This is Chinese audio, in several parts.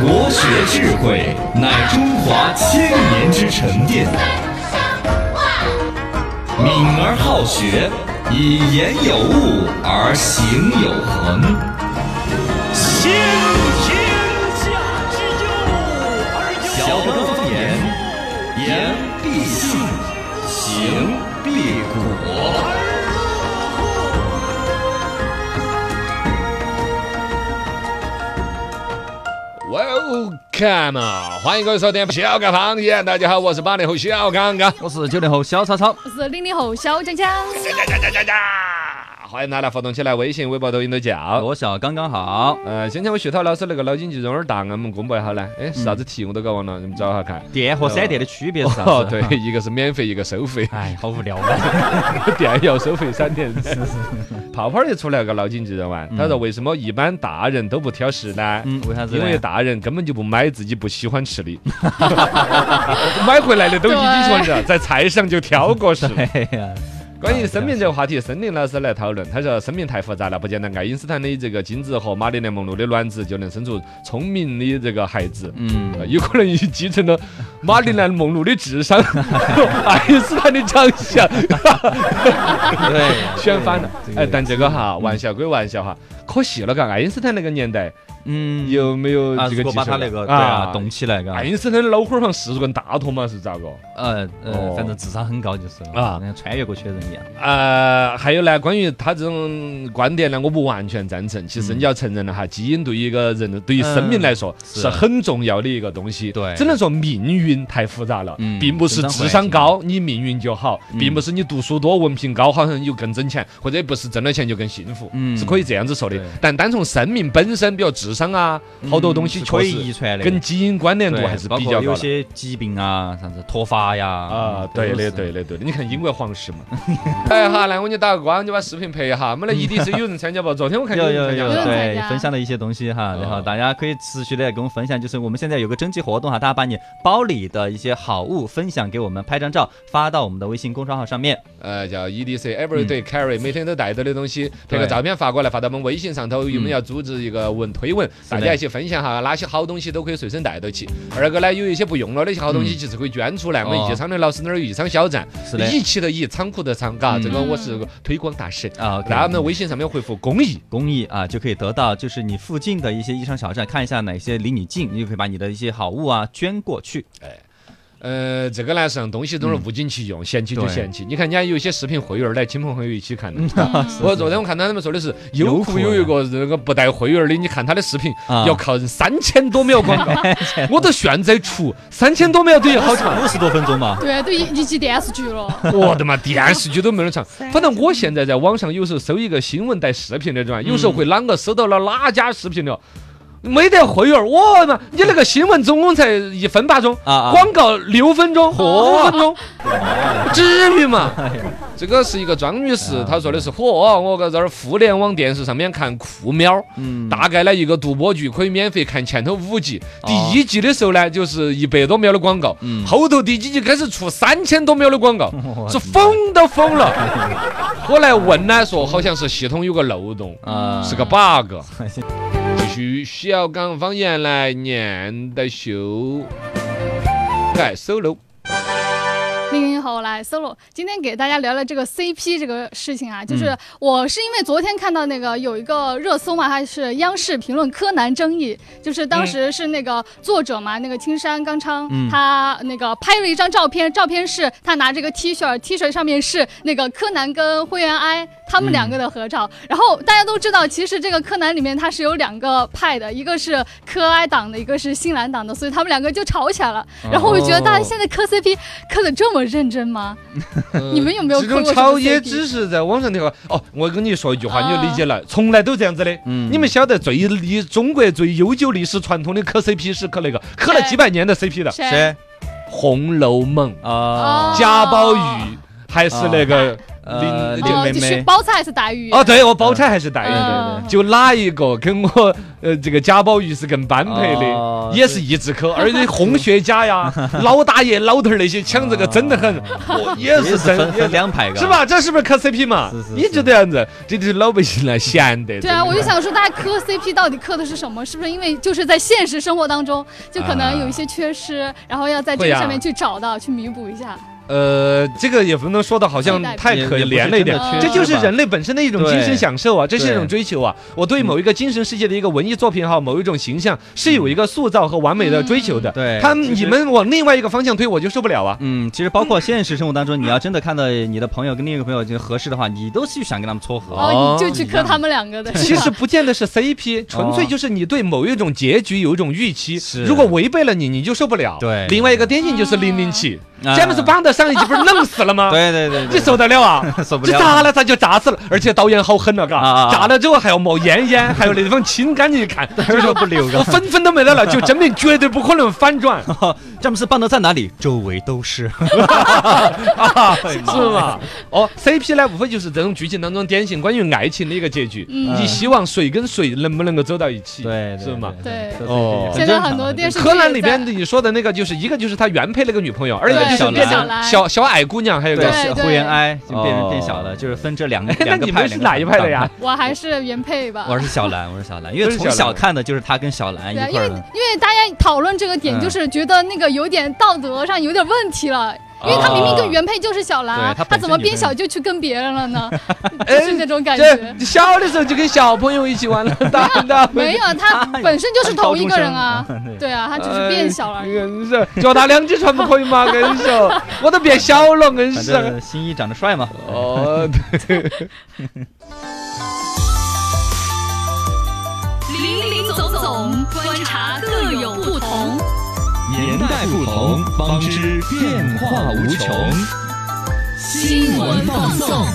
国学智慧乃中华千年之沉淀，敏而好学，以言有物而行有恒。先天下之忧而忧小德方言，言必信，行必果。 Welcome，啊欢迎各位收听小刚方言。大家好，我是八零后小刚刚。我是九零后小草草，我是零零后小江江，欢迎大家互动起来，微信、微博、抖音都叫。我笑刚刚好。呃，先前我徐涛老师那个脑筋急转弯答嗯案，我们公布一下呢。哎，是啥子题我都搞忘了，你们找一下看。哎电嗯和闪电的区别是啥子？哦，对，，一个是免费，一个收费。 哎，好无聊啊！电要收费三点 四。泡泡儿就出来个脑筋急转弯，啊他说为什么一般大人都不挑食呢？嗯，为啥子因呢？为大人根本就不买自己不喜欢吃的， 买回来的都已经说了，在菜上就挑过吃。哎呀，关于生命这个话题，森林老师来讨论。他说：“生命太复杂了，不简单。爱因斯坦的这个精子和玛丽莲梦露的卵子就能生出聪明的这个孩子，呃嗯，有可能已继承了玛丽莲梦露的智商和爱因斯坦的长相， 对，选反了。这个哎，但这个哈，玩笑归玩笑哈，可惜了，嘎，爱因斯坦那个年代嗯，有没有啊，这如个果继把承它了那个对啊动起来，嘎，爱因斯坦的脑壳上是根大坨嘛，是咋个？呃哦呃，反正智商很高就是了啊像穿越过去的人一样。呃，还有呢，关于他这种观点呢，我不完全赞成。其实你要承认了哈，基因对于一个人，对于生命来说是是很重要的一个东西。对只能说命运太复杂了，嗯并不是智商高你命运就好，并不是你读书多文凭高好像就更挣钱，或者不是挣了钱就更幸福，嗯是可以这样子说的对。但单从生命本身，比如智商啊，好多东西嗯是确可以遗实传的，跟基因关联度对还是包比括较高有的。些疾病啊，啥子脱发呀啊，对的，对的，的，对的，你看英国皇室嘛。 哎哈，来，我给你打个光，你把视频拍一下。没得 E 异地是有人参加不？昨天我看有人有参加有，有人了。参对加，分享了一些东西哈，然后哦大家可以持续的来跟我们分享，就是我们现在有个征集活动哈，大家把你包里的一些好物分享给我们，拍张照发到我们的微信公众号上面。呃，叫 EDC Every 嗯 Day Carry，每天都带着的东西，拍对个照片发过来，发到我们微信上头。我们嗯要组织一个文推文，大的家一起分享哈，哪些好东西都可以随身带到起。二个呢，有一些不用了的一些好东西，嗯其实可以捐出来。我哦们宜昌的老师那儿有宜昌小站，是的义气的义，仓库的仓，嘎，嗯这个我是个推广大使。啊，然后我们微信上面回复公益，公益啊，就可以得到就是你附近的一些医商小站，看一下哪些离你近，你就可以把你的一些好物啊捐过去。呃，这个呢，是让东西总是物尽其用，嫌弃就对嫌弃。你看人家有一些视频会员儿来，亲朋好友一起看的。我昨天我看到他们说的是，优优酷酷有一个那个不带会员儿的，你看他的视频啊要靠三千多秒广告，我都现在出三千多秒都有好长。五十多分钟嘛，对，都一一集电视剧了， 我的妈，电视剧都没得长。反正我现在在网上有时候搜一个新闻带视频那种啊，有时候会啷个搜到了哪家视频了。没得会员儿，我的妈！你那个新闻总共才一分八钟，啊啊广告六分钟，五分 钟，至于嘛？哎这个是一个庄女啊士，她说的是：嚯，我搁这儿互联网电视上面看酷喵，嗯，大概呢一个独播剧可以免费看前头五集，哦第一集的时候呢就是一百多秒的广告，嗯后头第几集开始出三千多秒的广告，是疯都疯了。 后来问呢，说好像是系统有个漏洞，啊， 是个 bug。继续小港方言来念的秀，哎，solo。零零后来 solo。今天给大家聊聊这个 CP 这个事情啊，就是我是因为昨天看到那个有一个热搜嘛，还是央视评论柯南争议，就是当时是那个作者嘛，那个青山刚昌，嗯他那个拍了一张照片，照片是他拿这个 T 恤，T 恤上面是那个柯南跟灰原哀他们两个的合照。然后大家都知道，其实这个柯南里面它是有两个派的，一个是柯哀党的，一个是新兰党的，所以他们两个就吵起来了。然后我就觉得大家哦现在磕 CP 磕的这么认真吗？嗯你们有没有这种磕过朝这野种 CP 之势在网上的话，哦，我跟你说一句话，你就啊理解了，从来都这样子的。嗯你们晓得最历中国最悠久历史传统的磕 CP 是磕那个磕了谁几百年的 CP 的《谁？谁红楼梦》哦啊贾宝玉，还是那个呃，林林哦，妹就妹是，包菜是傣语哦，对我包菜还是傣对人嗯的，对就哪一个跟我呃这个贾宝玉是更般配哦啊的，也是一枝口，而且红学家 呀、老大爷、老头儿那些抢这个真的啊很， 我也哦也是是真分分两派，是？吧？这是不是磕 CP 嘛是是？你就这样子，这就是老百姓来闲的。对啊，真的我就想说，大家磕 CP 到底磕的是什么？是不是因为就是在现实生活当中，就可能有一些缺失，然后要在这会个啊上面去找到、去弥补一下？呃，这个也不能说的好像太可怜了一点也也不是真的缺失吧，这就是人类本身的一种精神享受啊，这是一种追求啊。我嗯对某一个精神世界的一个文艺作品也好，某一种形象是有一个塑造和完美嗯的追求的。对他其实你们往另外一个方向推，我就受不了啊。嗯，其实包括现实生活当中，你要真的看到你的朋友跟另一个朋友就合适的话，你都去想跟他们撮合。哦然后你就去一磕样他们两个的。其是实吧不见得是 CP，纯粹就是你对某一种结局有一种预期哦是，如果违背了你，你就受不了。对另外一个典型就是零零七，啊詹姆斯邦德上一集不是弄死了吗？ 对对对，你对受得了啊？ 受不这了炸了，咱就炸死了，而且导演好狠了，嘎啊啊啊，炸了之后还要冒烟烟，还有那地方清干净一看，就是 受不了啊我了。分分都没 得了，就证明绝对不可能反转詹姆斯邦德在哪里？周围都 是。 啊，是吧？哦，CP 呢，无非就是这种剧情当中典型关于爱情的一个结局，嗯你希望水跟水能不能够走到一起，对，对是吗？对都是哦这样现在很多电视剧柯南里也在边你说的那个，就是一个就是他原配那个女朋友，二一个对就是变小成兰小小矮姑娘，还有对个，对小对灰原哀就变成哦哎变小了，就是分这两个那两个你派。们是哪一派的呀？？我还是原配吧。我是小兰，我是小兰，因都为是从小小兰看的就是他跟小兰对啊，一因块儿为因的。为大家讨论这个点，嗯就是觉得那个有点道德上有点问题了，因为他明明跟原配就是小兰啊对他，他本身怎么变小就去跟别人了呢？就是那种感哎觉。哎这小的时候就跟小朋友一起 玩了，大大没有，啊他本身就是同一个 人啊他高中生，对啊，他只是变小了而已。硬是脚踏两只船不可以吗？硬是，我都变小了，硬反是。正新一长得帅嘛。哦，林林总总，观察各有不同。年代不同，方知变化无穷。新闻放送。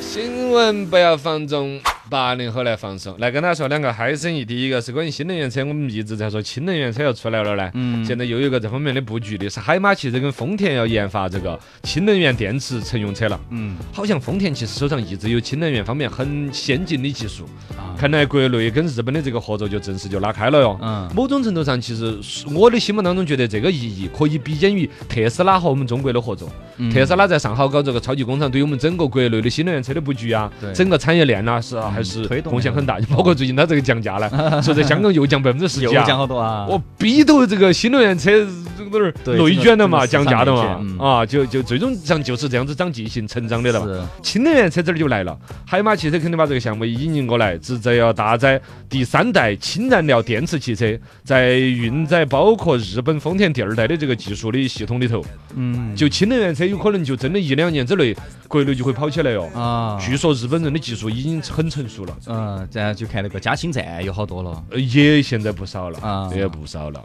新闻不要放纵，八零后来放松。来跟大家说两个嗨生意，第一个是关于新能源车，我们一直在说新能源车要出来了呢。嗯现在又有一个这方面的布局的，是海马汽车跟丰田要研发这个新能源电池乘用车了。嗯好像丰田其实手上一直有新能源方面很先进的技术，啊看来国内跟日本的这个合作就正式就拉开了哟。嗯某种程度上，其实是我的心目当中觉得这个意义可以比肩于特斯拉和我们中国的合作。嗯特斯拉在上海搞这个超级工厂，对于我们整个国内的新能源车的布局啊对，嗯整个产业链呐、是啊、还是推动哦贡献很大。包括最近它这个降价 呢，说在香港又降百分之十有几讲啊。好多啊。我逼到这个新能源车这个都是对内卷的嘛，这个降这个价的市嘛场内卷，嗯啊，就就最终上就是这样子长记性成长的了嘛。是新能源车这儿就来了，海马汽车肯定把这个项目引进过来，旨在要搭载第三代氢燃料电池汽车，在运载包括日本丰田第二代的这个技术的系统里头。嗯就氢能源车有可能就真的一两年之内，国内就会跑起来哟。啊，据说日本人的技术已经很成熟了，嗯，然后就看那个嘉兴站有好多了。呃也现在不少了，啊也不少了。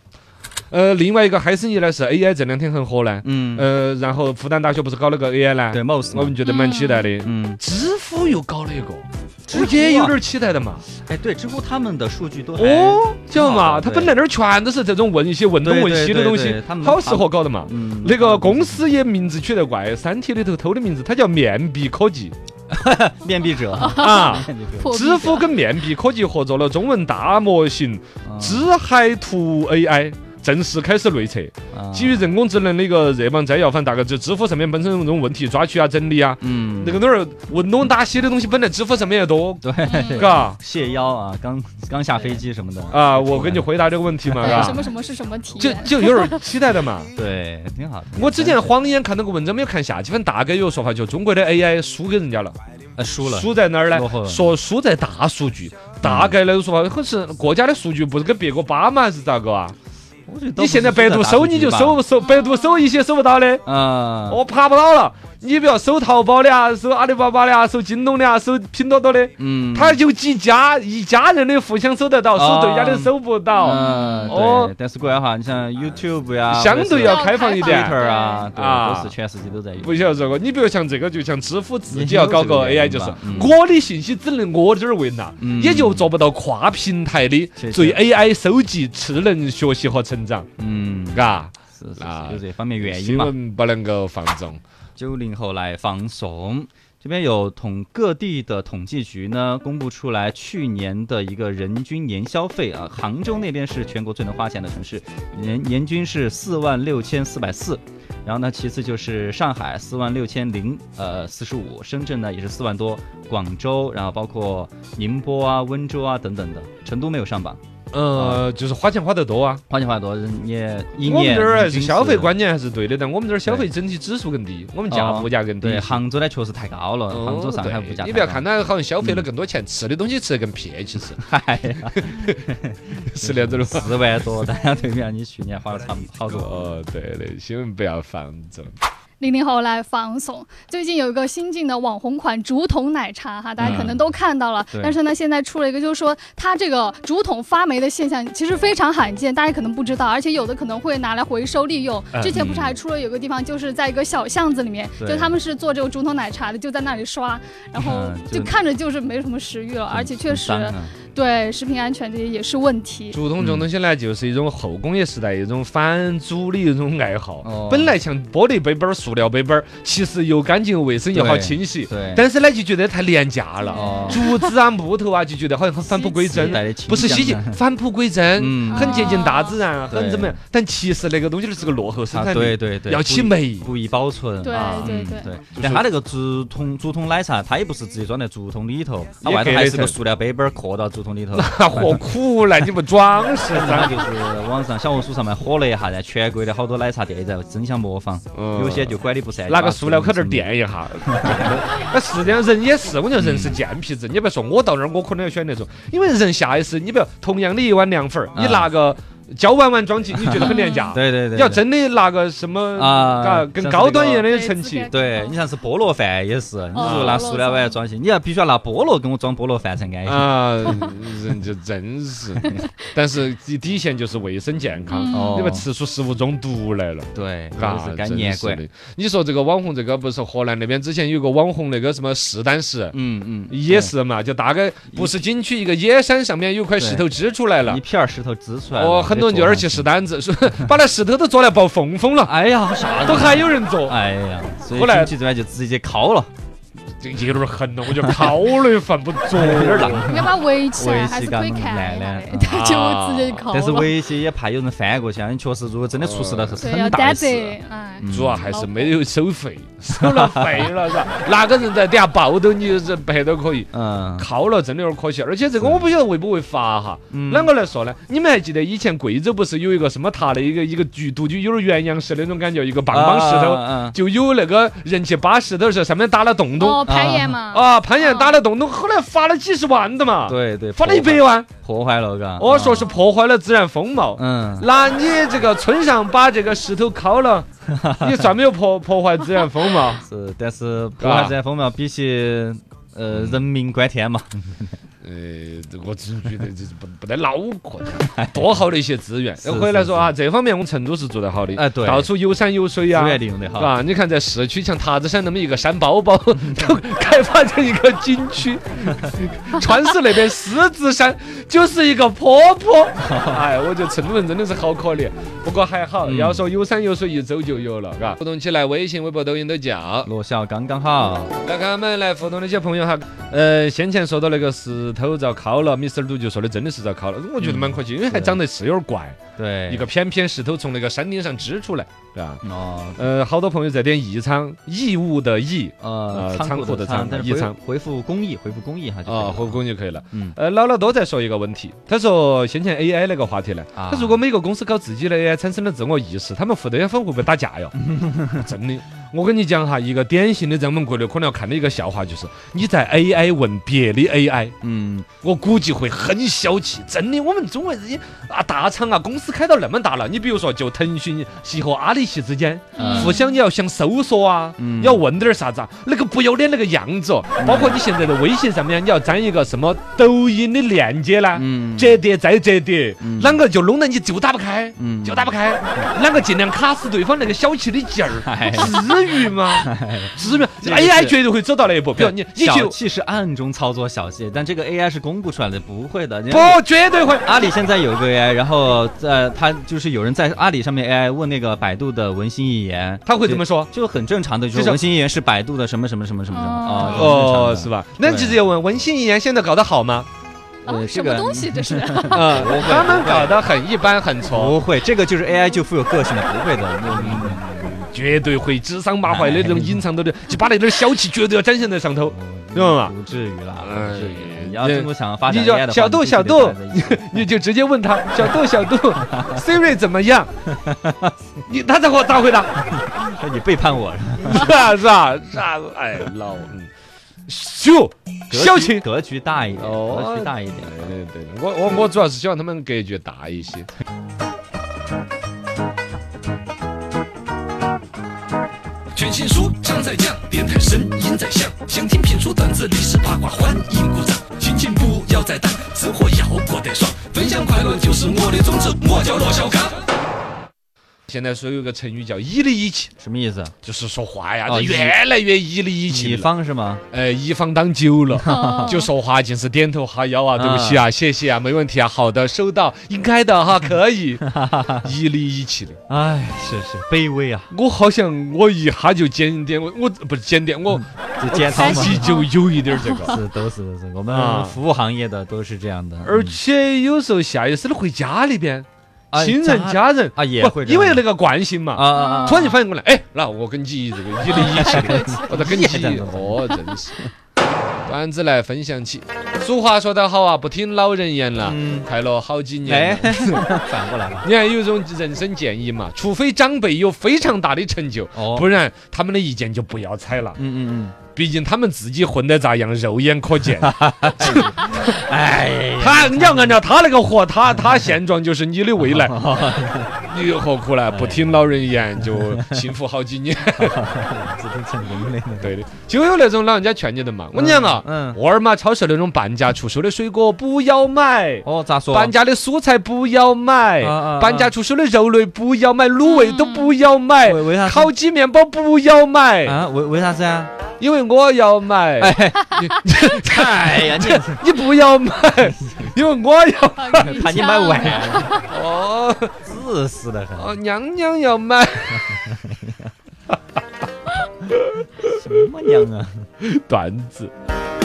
呃，另外一个嗨生意呢是 AI 这两天很火呢，嗯，呃，然后复旦大学不是搞了个 AI 呢？对，Mouse 嘛我们觉得蛮期待的。嗯，知乎又搞了一个，知乎啊我也有点期待的嘛。哎，对，知乎他们的数据都还哦，知道嘛，挺好的它本来那儿全都是这种文些问东啊对问西的对对东对西他们，好适合搞的嘛。嗯那个公司也名字取得怪，《三体》里头偷的名字，它叫面壁 科技面壁者， 啊。面壁者破壁知乎者跟面壁科技合作了中文大模型啊知海图 AI。正式开始内测，啊基于人工智能的一个热门摘要，反正大概就知乎上面本身有这种问题抓取啊、整理啊，嗯那个那儿文东打西的东西，本来知乎上面也多，对嘎谢邀啊，刚刚下飞机什么的啊，我给你回答这个问题啊嘛，对，哎什嘎么，什么是什么啊体就验？就有 点期待的嘛。对，挺好的。我之前晃眼看到个文章，没有看下去，反正大概有个说法，就中国的 AI 输给人家了。呃输了，输在哪儿落后了嗯呢？说输在大数据，大概来说法，可是国家的数据不是给别个扒吗？还是咋个啊？我觉得都你不现在是输百在度打搜飞你机就吧搜搜百度搜一些搜不到的，啊，我爬不到了。你不要搜淘宝的啊，搜阿里巴巴的啊，搜京东的啊，搜拼多多的，嗯，它有几家一家人的互相搜得到，啊搜对家的搜不到，嗯，哦对，但是国外哈，你像 YouTube 呀，相对要要开放一点开。 Twitter 啊，对，啊都是全世界都在用。不晓得这个，你比如像这个，就像知乎自己要搞个也有 AI，这就个是原因吧我的信息只能我这儿为拿嗯，也就做不到跨平台的确实对 AI 收集、智能学习和成长，嗯，嘎。是是啊是，有这方面原因新嘛。闻不能够放纵，九零后来放松。这边有统各地的统计局呢，公布出来去年的一个人均年消费啊，杭州那边是全国最能花钱的城市，年年均是四万六千四百四，然后呢，其次就是上海四万六千零呃四十五，深圳呢也是四万多，广州，然后包括宁波啊、温州啊等等的，成都没有上榜，呃，就是花钱花得多啊。花钱花多，人也一我们年这儿还是人均消费是观念还是对的，但我们这儿消费对整体指数更低，我们价哦物价更低。对，杭州呢确实太高了，哦杭州、上海物对价太高了。你不要看他好像消费了更多钱，吃的东西吃得更撇，其实 嗨呀。是那样子的吗？四万多，大家对面你去年花了差不好多。 哦，对对，新闻不要放纵。零零后来放松。最近有一个新进的网红款竹筒奶茶哈，大家可能都看到了。嗯对但是呢，现在出了一个，就是说它这个竹筒发霉的现象其实非常罕见，大家可能不知道，而且有的可能会拿来回收利用。之前不是还出了有个地方，就是在一个小巷子里面，嗯对就他们是做这个竹筒奶茶的，就在那里刷，然后嗯就就看着就是没什么食欲了，而且确实很脏啊对食品安全这些也是问题。竹筒这种东西呢，就是一种后工业时代一种反祖的一种爱好哦。本来像玻璃杯杯儿、塑料杯杯儿，其实又干净又卫生又好清洗，对，但是呢就觉得太廉价了。哦，竹子啊、木头啊，就觉得好像很返璞归真 自，带的清不是稀奇香啊，返璞归真，嗯，啊很接近大自然，啊对很怎么样？但其实那个东西是个落后生啊，产对力，对对，要起故意 霉。故意保存，对啊对嗯对对就是但它那个竹筒竹筒奶茶，它也不是直接装在竹筒里头，它也外头隔还了是个层塑料杯杯儿刻到竹筒 里头。那何苦呢？你不装饰然后噻？就是网上小红书上面火了一下，在全国的好多奶茶店在争相模仿，嗯有些就管理不善，拿个塑料口罩垫一下， 那是这样，人也是，我觉得人嗯是贱皮子。你别说我到那儿，我可能要选那种，因为人下意识，你不要同样的一碗凉粉儿，你嗯拿个胶碗碗装起，你觉得很廉价。对对对，对你要真的拿个什么啊嘎像跟是高端一那样个的对盛自器带，对你像是菠萝饭也是，你哦就拿塑料碗装起，你要必须要拿菠萝给我装菠萝饭才安心。啊，人就真 是，但是底底线就是卫生健康，嗯哦你们吃出食物中毒来了。对，啊这是，该真年是关。的。你说这个网红，这个不是河南那边之前有个网红那个什么试丹石，嗯嗯，也是嘛，就大概不是景区一个野山上面有块石头支出来对了一，片儿石头支出来了。哦，很多人就那儿去试单子，说 把那石头都做来爆缝风了，哎呀，好吓人！都还有人做，哎呀，所以后来经济这边就直接敲了，这有点儿狠了，我觉得烤 了也犯不着，有点浪。要不然围起围来起啊还是干可以嘛看一来下 来啊的，就自己烤了。但是围起也怕有人翻过去啊。你确实，如果真的出事了，是对，要很担大的责事。，哎。嗯主要还是没有收费，收了费了是吧？ 哪个人在底下抱到你，这赔都可以。嗯，靠了，真的有点可惜。而且这个我不晓得违不违法哈。嗯啷个来说呢？你们还记得以前贵州不是有一个什么塔的一个一个局独居，有点原样式那种感觉，一个棒棒石头，啊，就有那个人去扒石头的时候，上面打了洞洞哦，攀岩嘛，啊，攀岩打了洞洞，后来罚了几十万的嘛，啊对对，罚了一百万。破坏了，嘎。哦，说是破坏了自然风貌。嗯， 那你这个村上把这个石头敲了，你算没有破破坏自然风貌？是，但是破坏自然风貌比起。呃，嗯人命关天嘛，呃，这我只觉得这是不不得脑壳的，多好的一些资源。是那回来说啊，这方面我们成都是做得好的，哎对到处有山有水资呀、源利用的是好。吧？你看在市区，像塔子山那么一个山包包，都嗯开发成一个景区。 川市那边狮子山就是一个坡坡，哎，我觉得成都人真的是好可怜。不过还好，嗯要说有山有水，一走就有了，嘎。互动起来，微信、微博、抖音都叫。落效刚刚好，来看我们来互动的一些朋友哈，呃，先前说到那个石头遭烤了，Mr. 杜就说的真的是遭烤了，我觉得蛮可惜，因为还长得是有点怪，对，一个偏偏石头从那个山顶上支出来，对吧？哦，呃，好多朋友在点义仓，义务的义呃呃，仓库仓库的仓仓，但一是回仓回复公益，回复公益哈就可以啊，了回工就可以了。嗯呃，老老多在说一个问题，他说先前 AI 那个话题呢，啊他如果每个公司搞自己的 AI 产生了自我意识，他们互联网会不会打 架哟？真的。我跟你讲哈，一个典型的在我们国内可能要看的一个笑话，就是你在 AI 问别的 AI，嗯，我估计会很消气。真的，我们中国这些啊大厂啊，公司开到那么大了，你比如说就腾讯系和阿里系之间，嗯互相你要想搜索啊，嗯要问点儿啥子啊，那个不要脸那个样子哦，包括你现在的微信上面你要粘一个什么抖音的链接啦，嗯折叠再折叠嗯，啷个就弄得你就打不开，嗯 就打不开，啷个尽量卡死对方那个小气的劲儿，哎至于吗？ 直面这个是 AI 绝对会走到那一步。比如你，你小就气是暗中操作小气，但这个 AI 是公布出来的，不会的。人家不绝对会。啊阿里现在有一个 AI，然后在他就是有人在阿里上面 AI 问那个百度的文心一言，他会怎么说？就很正常的，就就是是文心一言是百度的什么什么什么什么什么啊，很正常哦的，是？吧？那你直接问文心一言现在搞得 好吗？啊呃，这什么个东西 这是？啊，他们搞得很一般，很挫，不会，这个就是 AI 就富有个性的，不 会的。嗯嗯绝对会指桑骂槐那种隐藏的，就把那点小气绝对要展现在上头。那知道吗不至于啦，哎不至于。你要这真不想发展你就 AI 的话，小你度必须小得度摆在一起你就直接问他，小度小度 ，Siri 怎么样？你他再给我咋 回答？你背叛我，是啊是啊是啊，哎老嗯，秀格局小气。格局大一点，哦格局大一点。对对，我我我主要是希望他们格局大一些。全新书唱在将，电台声音在响，想听评书段子历史八卦，欢迎鼓掌。心情不要再淡，生活要过得爽，分享快乐就是我的宗旨。我叫罗小刚。现在说有个成语叫“以理一气什么意思？”，就是说话呀，哦以越来越以理一气乙了。方是吗？呃，一方当久了，哦就说话尽是点头哈嗯腰啊，对不起啊，谢谢啊，没问题啊，好的，收到，应该的哈，可以，以理一气了。哎，是是卑微啊，我好像我一哈就检点，我我不是检点，我就健自康嘛。己就有一点儿这个。是都是都是，我啊们服务行业的都是这样的。而嗯且有时候下意识的回家里边，哎亲人家人啊也不会这因为样那个惯性嘛，啊啊啊，突然就反应过来，哎，那我跟记忆这个一零一起的，我在跟记一忆，人哦，真是。段子来分享起，俗话说得好啊，不听老人言了，快乐好几年哎了。， 反过来了。 你看有一种人生建议嘛，除非长辈有非常大的成就，哦不然他们的意见就不要采了。嗯嗯毕竟他们自己混得咋样，肉眼 可见。嗯，哎，他你要按照他那个活， 他他现状就是你的未来，哦你又何苦呢？不听老人言，就幸福好 几年。自己成功的那个。对的，就有那种老人家劝你的嘛。我跟你讲啊，嗯，沃尔玛超市那种半价出售的水果不要买，哦，咋说？半价的蔬菜不要买啊啊啊，半价出售的肉类不要买，卤味都不要买为，为啥子？烤鸡面包不要买，啊，为为啥子啊？因为我要买。哎呀， 你你不要 买，因为我要。怕你买完，哦自私的很。哦，娘娘要买。什么娘啊？段子。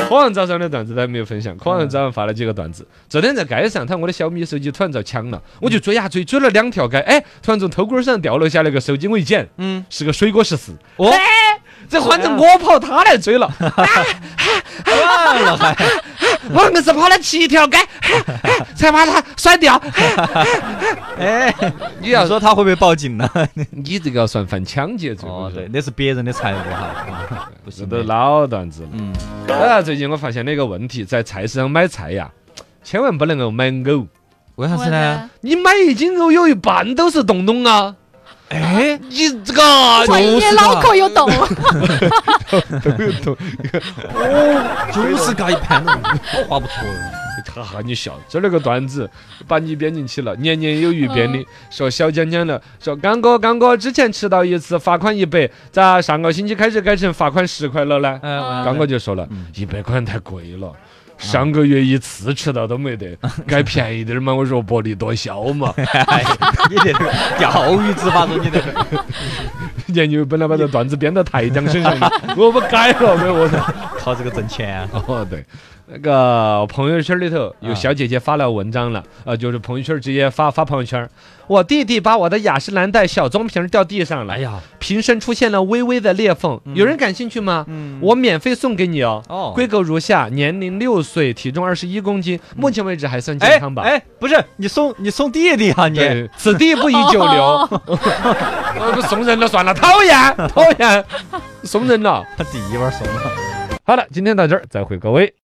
科王早上的段子他没有分享，科王早上发了几个段子。昨天在街上，他我的小米手机突然遭抢了，我就追呀追，追了两条街，哎，突然从头盔上掉落下来个手机，我一捡，嗯，是个水果十四。哦哎，这换成我跑，他来追了，算了，还我硬是跑了七条街，哎才把它甩掉。哎，你你要 说他会不会报警呢？你这个要算犯抢劫罪，哦我，觉对，得，那是别人的财物 哈，不这行都的。老段子了。嗯，啊，最近我发现了一个问题，在菜市场买菜呀，千万不能够买藕。为啥子呢？你买一斤肉有一半都是洞洞啊！哎，你这个万一脑壳有洞，就是搞一盘子， 我划不脱。哈哈，你笑，这儿那个段子把你编进去了，年年有余编的，说小江江的，说刚哥刚哥之前迟到一次罚款一百，咋上个星期开始改成罚款十块了呢？哎，啊刚哥就说了，一百块钱太贵了。上个月一次迟到都没得，该便宜点儿嘛。我说薄利多销嘛。哎， 你这个钓鱼执法者，你这个研究本来把这段子编到太江身 上了，我不改了，没有我说。靠这个挣钱啊。哦，对，那个朋友圈里头有小姐姐发了文章了，呃，就是朋友圈直接发发朋友圈，我弟弟把我的雅诗兰黛小棕瓶掉地上了，哎呀，瓶身出现了微微的裂缝，有人感兴趣吗？嗯我免费送给你哦。哦规格如下：年龄六岁，体重二十一公斤，目前为止还算健哎康吧。哎，不是你送你送弟弟啊你？对，此地不宜久 留哦。我不送哦人了算了，讨厌 讨厌，送人了。他第一碗送了。好了，今天到这儿，再会各位。